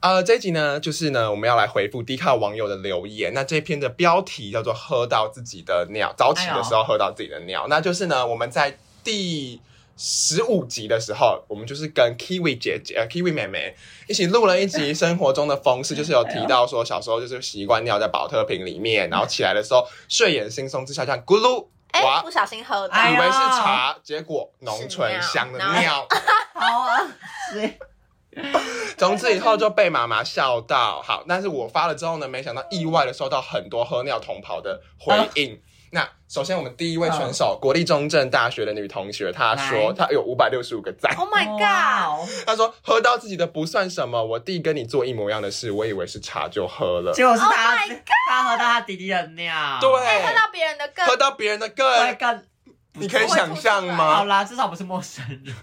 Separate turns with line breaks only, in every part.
呃，这一集呢，就是呢，我们要来回复低卡网友的留言。那这篇的标题叫做“喝到自己的尿”，早起的时候喝到自己的尿。那就是呢，我们在第十五集的时候，我们就是跟 Kiwi 姐姐、呃、Kiwi 妹妹一起录了一集生活中的风事，就是有提到说小时候就是习惯尿在保特瓶里面，然后起来的时候睡眼惺忪之下这样咕噜，
哎、
哇
不小心喝的，
以
哎
为是
呦
茶，结果浓醇香的
是尿
尿。
好啊恶心，
从此以后就被妈妈笑到好，但是我发了之后呢，没想到意外的收到很多喝尿同袍的回
啊
应。那首先我们第一位选手，国立中正大学的女同学，她说
来
她有五百六十五个赞，
Oh my god！
哇哦
她说喝到自己的不算什么，我弟跟你做一模一样的事，我以为是茶就喝了，
结果是
Oh
他
my
他喝到他弟弟的尿，
哎喝
对，
到别人的更
喝到别人的
会
更，
更
你可以想啊象
好
吗？
啦，至少不是陌生人。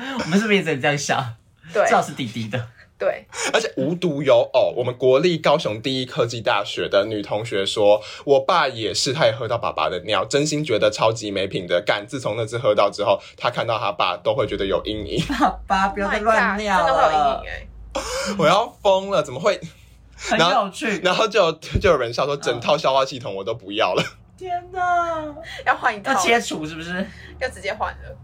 我们是不是也只能这样想？
对
至少是弟弟的。
对，
而且无独有偶，我们国立高雄第一科技大学的女同学说，我爸也是，他也喝到爸爸的尿，真心觉得超级没品的。干，自从那次喝到之后，他看到他爸都会觉得有阴 影。
爸爸，不要再乱
Oh my god，
尿
真的会有
了
阴，影哎。
我要疯了，怎么会？
很有趣。
然后就有就有人笑说，整套消化系统我都不要了。
天哪，
要换一套
要，切除是不是？
要直接换了。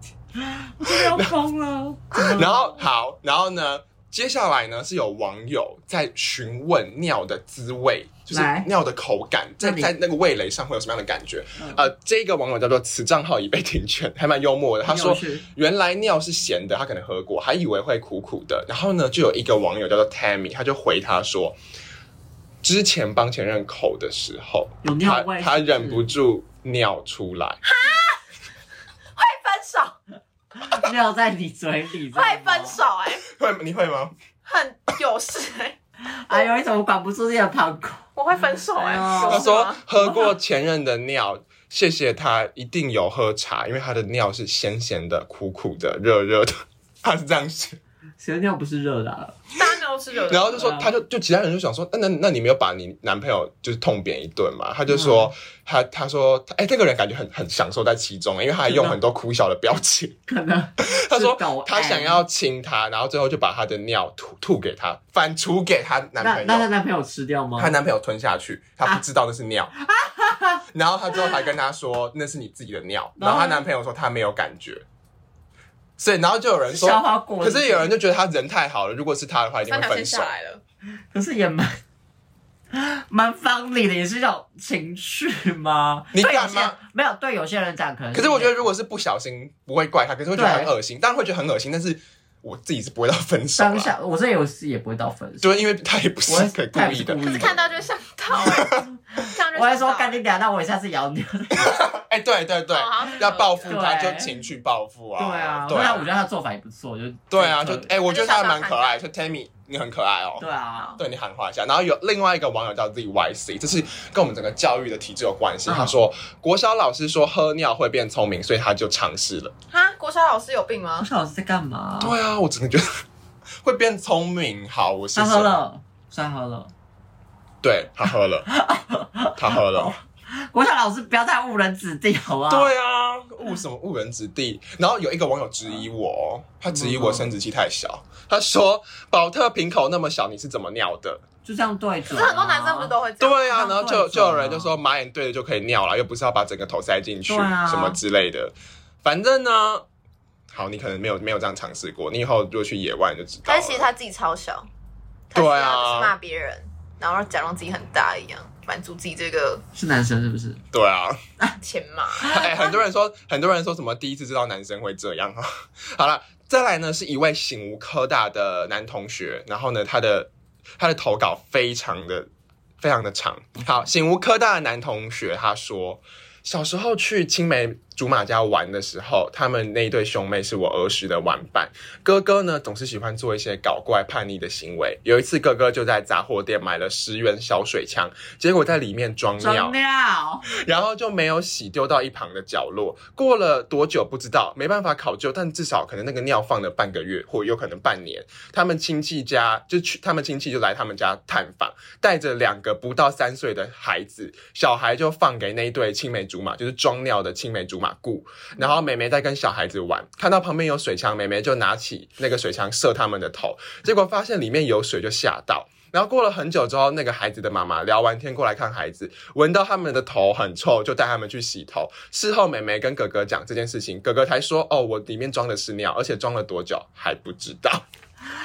我真的要疯了。
然后好，然后呢，接下来呢是有网友在询问尿的滋味，就是
来
尿的口感，在
那你
在那个味蕾上会有什么样的感觉？
嗯
呃，这个网友叫做此账号已被停权，还蛮幽默的。他说
很有趣
原来尿是咸的，他可能喝过，还以为会苦苦的。然后呢，就有一个网友叫做 Tammy，他就回他说，之前帮前任口的时候，
有
他
尿味
他
是不是
忍不住尿出来。
会分手，
尿在你嘴里，
会分。手哎、
会你会吗？
很有事哎、
哎呦，你怎么管不住自己的膀胱？
我会分手哎、
哎呦
有
他
事
说
吗
喝过前任的尿，谢谢他一定有喝茶，因为他的尿是咸咸的、苦苦的、热热的。 他是这样写，
谁的尿不是热的啊？
大家都是 有
然
的，
后就说
嗯，
他就就其他人就想说，那那那你没有把你男朋友就是痛扁一顿嘛？他就
嗯
说，他他说，哎、这个人感觉很很享受在其中，因为他还用
真的
很多苦小的表 情。
可能
他说
是狗
他
爱
想要亲他，然后最后就把他的尿吐吐给他，反吐给他男
那
朋
那啊她
友。
男朋友吃掉吗
她？男朋友吞下去，她不知道那是尿，然后她之后还跟她说那是你自己的尿，然
然
后
后呢
她男朋友说他没有感觉，所以然后就有人
是
说，
消化过
可
的
是有人就觉得他人太好了，如果是他的话一定
三
会
条
分
线
手
下。来了，
可是也蛮 蛮方理的，也是一种情趣吗？
你
对
敢
有些人
吗？
没有，对有些人讲可能。
可是我觉得，如果是不小心不会怪他，可是会觉得很
对
恶心，当然会觉得很恶心，但是我自己是不会到分手
当
啦，
下我这有时也不会到分手，
就是因为他也不是
我
可
会
故
他也不
意
是
的
故。意
可是看到就想到哎、
嗯
这样就想到
我还说赶紧点，那我下次也要尿。
哎，对对对
哦好像是，
要报复他就
对
情绪报复啊。
对啊，
对
那
啊
我觉，得他做法也不错，就
对啊，就哎，我
那
觉
就
得他还
想
蛮
法
可
看
爱，就 Tammy 你很可爱哦。
对啊，
对你喊话一下。然后有另外一个网友叫 ZYC，这是跟我们整个教育的体制有关系。
嗯
他说，国小老师说喝尿会变聪明，所以他就尝试了。
哈，国小老师有病吗
不？知道老师在干嘛。
对啊，我真的觉得 会变聪明。好，我是
他喝，了，他喝了。
对他喝了，他喝了。
国小老师不要再误人子弟，好不好？，
对啊，误什么误人子弟？然后有一个网友质疑我，他质疑我生殖器太小。他说，保特瓶口那么小，你是怎么尿的？
就这样对准
可是
啊。
很多男生不是都会这样？
对啊，
那
然后
不
就就
能
有
走
人就
啊
说马眼对着就可以尿了，又不是要把整个头塞进去、
对啊
什么之类的。反正呢，好，你可能没有没有这样尝试过，你以后如果去野外你就知道
但其实
了。
他自己超小，他
对啊
只要就是骂别人，然后假装自己很大一样，满足自己这个
是男生是不是？
对啊，
钱嘛。
哎、很多人说很多人说什么第一次知道男生会这样啊。 好了，再来呢是一位醒吾科大的男同学，然后呢他的他的投稿非常的非常的长。好，醒吾科大的男同学他说，小时候去青梅竹马家玩的时候，他们那一对兄妹是我儿时的玩伴。哥哥呢总是喜欢做一些搞怪叛逆的行为。有一次，哥哥就在杂货店买了十元小水枪，结果在里面装尿
装，尿，啊
然后就没有洗，丢到一旁的角落。过了多久不知道，没办法考究，但至少可能那个尿放了半个月，或有可能半年。他们亲戚家就去，他们亲戚就来他们家探访，带着两个不到三岁的孩子，小孩就放给那一对青梅竹马，就是装尿的青梅竹嘛顾，然后妹妹在跟小孩子玩，看到旁边有水枪，妹妹就拿起那个水枪射他们的头，结果发现里面有水就吓到。然后过了很久之后，那个孩子的妈妈聊完天过来看孩子，闻到他们的头很臭，就带他们去洗头。事后，妹妹跟哥哥讲这件事情，哥哥才说：“哦，我里面装的是尿，而且装了多久还不知道。”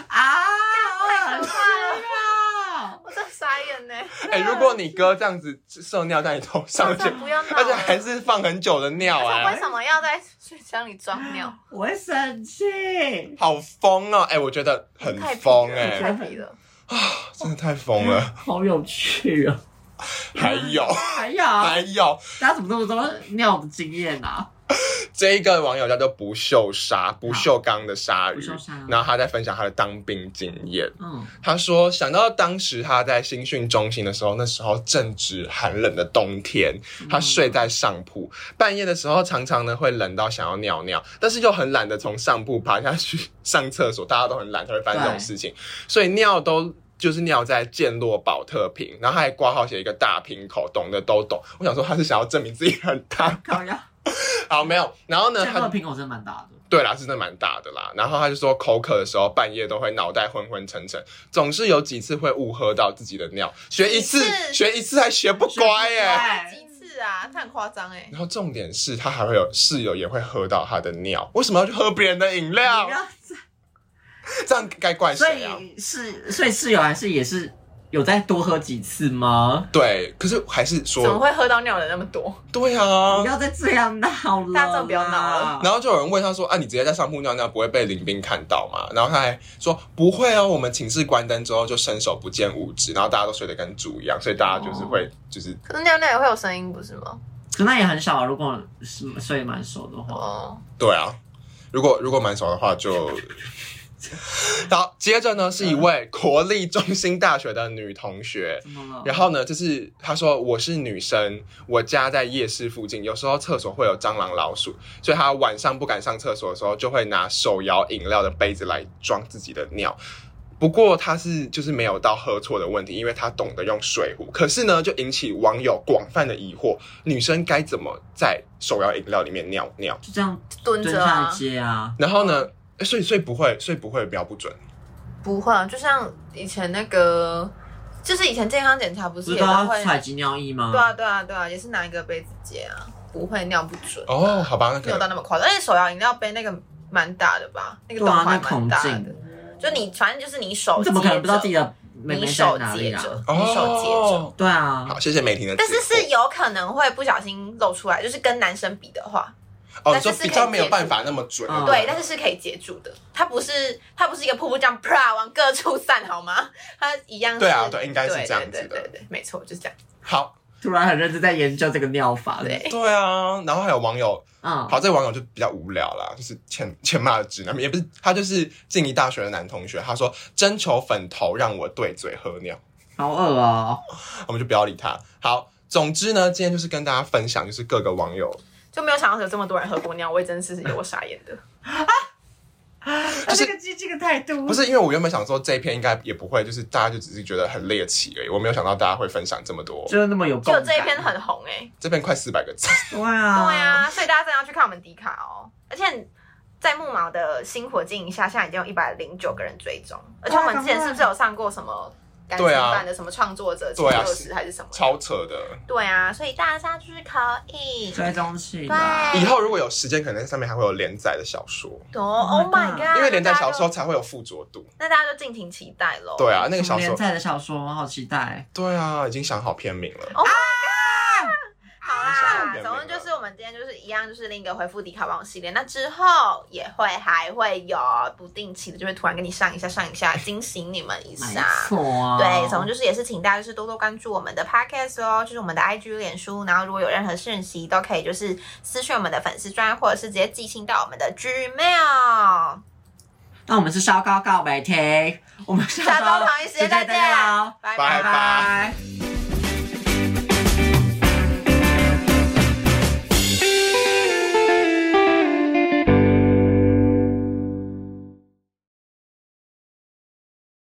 啊，
哎太可怕了
了！
我真的傻眼呢、
哎、如果你哥这样子射尿在你头上， 而且
不要闹了
而且还是放很久的尿
而且
哎、
为什么要在水箱里装尿？
我会生气。
好疯哦！哎、我觉得很
太皮
疯
了
哎、
太皮了。
真的太疯 了。
好有趣哦！
还有
还有，
还有，
哎大家怎么那么多尿的经验啊？
这一个网友叫做不锈鲨，不锈钢的鲨
不
鱼
锈鲨，
然后他在分享他的当兵经验。
嗯，
他说：“想到当时他在新训中心的时候，那时候正值寒冷的冬天，嗯
嗯
他睡在上铺，半夜的时候常常呢会冷到想要尿尿，但是又很懒得从上铺爬下去上厕所，大家都很懒才会发生这种
对
事情，所以尿都。”就是尿在健洛宝特瓶，然后他还挂号写一个大瓶口，懂的都懂。我想说他是想要证明自己很大，
高压。
好没有。然后呢，
这
他
个苹果真的蛮大的。
对啦，是真的蛮大的啦。然后他就说，口渴的时候半夜都会脑袋昏昏沉沉，总是有几次会误喝到自己的尿，学一次
几次
学一次还学不乖耶、
几次啊？他很夸张哎。
然后重点是他还会有室友也会喝到他的尿，为什么要去喝别人的饮料？这样该怪
所
谁啊？
以是，所以室友还是也是有再多喝几次吗？
对，可是还是
怎么
说
会喝到尿的那么多？
对啊
不。要再这样闹了，
大众不要闹了。
然后就有人问他说：“啊，你直接在上铺尿尿不会被林斌看到吗？”然后他还说：“不会哦，我们寝室关灯之后就伸手不见五指，然后大家都睡得跟猪一样，所以大家就是会、就是
可是尿尿也会有声音，不是吗？
可那也很少啊，如果是睡蛮熟的话。
哦，
对啊，如果如果蛮少的话就。好，接着呢是一位国立中兴大学的女同学。
怎么了？
然后呢，就是她说我是女生，我家在夜市附近，有时候厕所会有蟑螂、老鼠，所以她晚上不敢上厕所的时候，就会拿手摇饮料的杯子来装自己的尿。不过她是就是没有到喝错的问题，因为她懂得用水壶。可是呢，就引起网友广泛的疑惑：女生该怎么在手摇饮料里面尿尿？
就这样
蹲
蹲
着
下
啊
来，接啊，
然后呢，欸所以所以不会，所以不会标不准。
不会啊，就像以前那个，就是以前健康检查不
不
是
是
啊也
都
都
要
会？
采集尿液吗？
对啊，对啊，对啊，也是拿一个杯子接啊，不会尿不准，
哦，好吧，那
呃没有
可
到
能
那么夸张。而且手摇饮料杯那个蛮大的吧，那个
对
洞
啊，那
还蛮
孔
大
径，
的，就你反正就是你手
你怎么可能
接
不知道
着
自己的妹妹
你
在
手
哪里
接
啊？
着，你手接着。
哦，
对啊，
好，谢谢美婷的解
但
惑。
是是有可能会不小心露出来，就是跟男生比的话，
哦，你
但是
说
是
比
可以
较没有
接
办
触
法那么准。
嗯
对，但是是可以截住的。它不是它不是一个瀑布这样啪往各处散，好吗？它一样是
对啊对应该是这样子的
对对对对对没错，就是这样。
好，
突然很认真在研究这个尿法。，
对，
对啊，然后还有网友，
嗯，
好，这个网友就比较无聊啦，就是欠欠骂的直男，也不是他就是静宜大学的男同学，他说征求粉头让我对嘴喝尿，
好恶哦。
我们就不要理他。好，总之呢，今天就是跟大家分享，就是各个网友
就没有想到有这么多人喝过尿，我也真是有我傻眼的。
他哎这个激进的态
嗯
度
不是因为我原本想说这一篇应该也不会，就是大家就只是觉得很猎奇而已，我没有想到大家会分享这么多，
就是那么有共
就
感。
这一篇很红哎、欸，
这篇快四百个赞。
对啊，
对，啊，所以大家真的要去看我们迪卡哦，而且。在木马的星火经营下，现在已经有一百零九个人追踪，而且我们之前是不是有上过什么感情
对啊
版的什么创作者前
对啊
六十还是什么的？
超扯的。
对啊，所以大家就是可 以。
啊
追踪
对
器啦。
以后如果有时间，可能上面还会有连载的小说，
哦，Oh my god！
啊因为连载小
那
说
大家就，
才会有附着度。
那大家就敬请期待喽。
对啊，那个小
什么哦连
说，
载的小说，好期待。
对啊，已经想好片名了。
好啦，
啊
总之就是我们今天就是一样，就是另一个回复迪卡网系列。那之后也会还会有不定期的，就会突然给你上一下上一下，惊醒你们一
没
下。
错啊，
对，总之就是也是请大家就是多多关注我们的 podcast 哦，就是我们的 IG、脸书，然后如果有任何讯息都可以就是私讯我们的粉丝专，或者是直接寄信到我们的 Gmail。
那我们是烧高告白听，我们下
下周
周
同一时间再见
喽，
拜
拜
哦拜拜。